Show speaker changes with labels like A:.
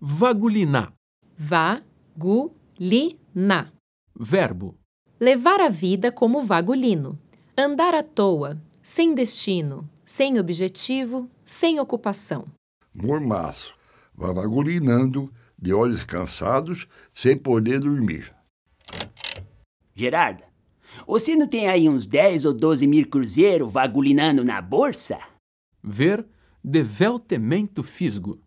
A: Vagulinar.
B: Vagulina.
A: Verbo.
B: Levar a vida como vagulino. Andar à toa, sem destino, sem objetivo, sem ocupação.
C: mormaço, vavagulinando, de olhos cansados, sem poder dormir.
D: Gerarda, você não tem aí uns 10 ou 12 mil cruzeiro vagulinando na bolsa?
A: Ver. Develtamento fisgo.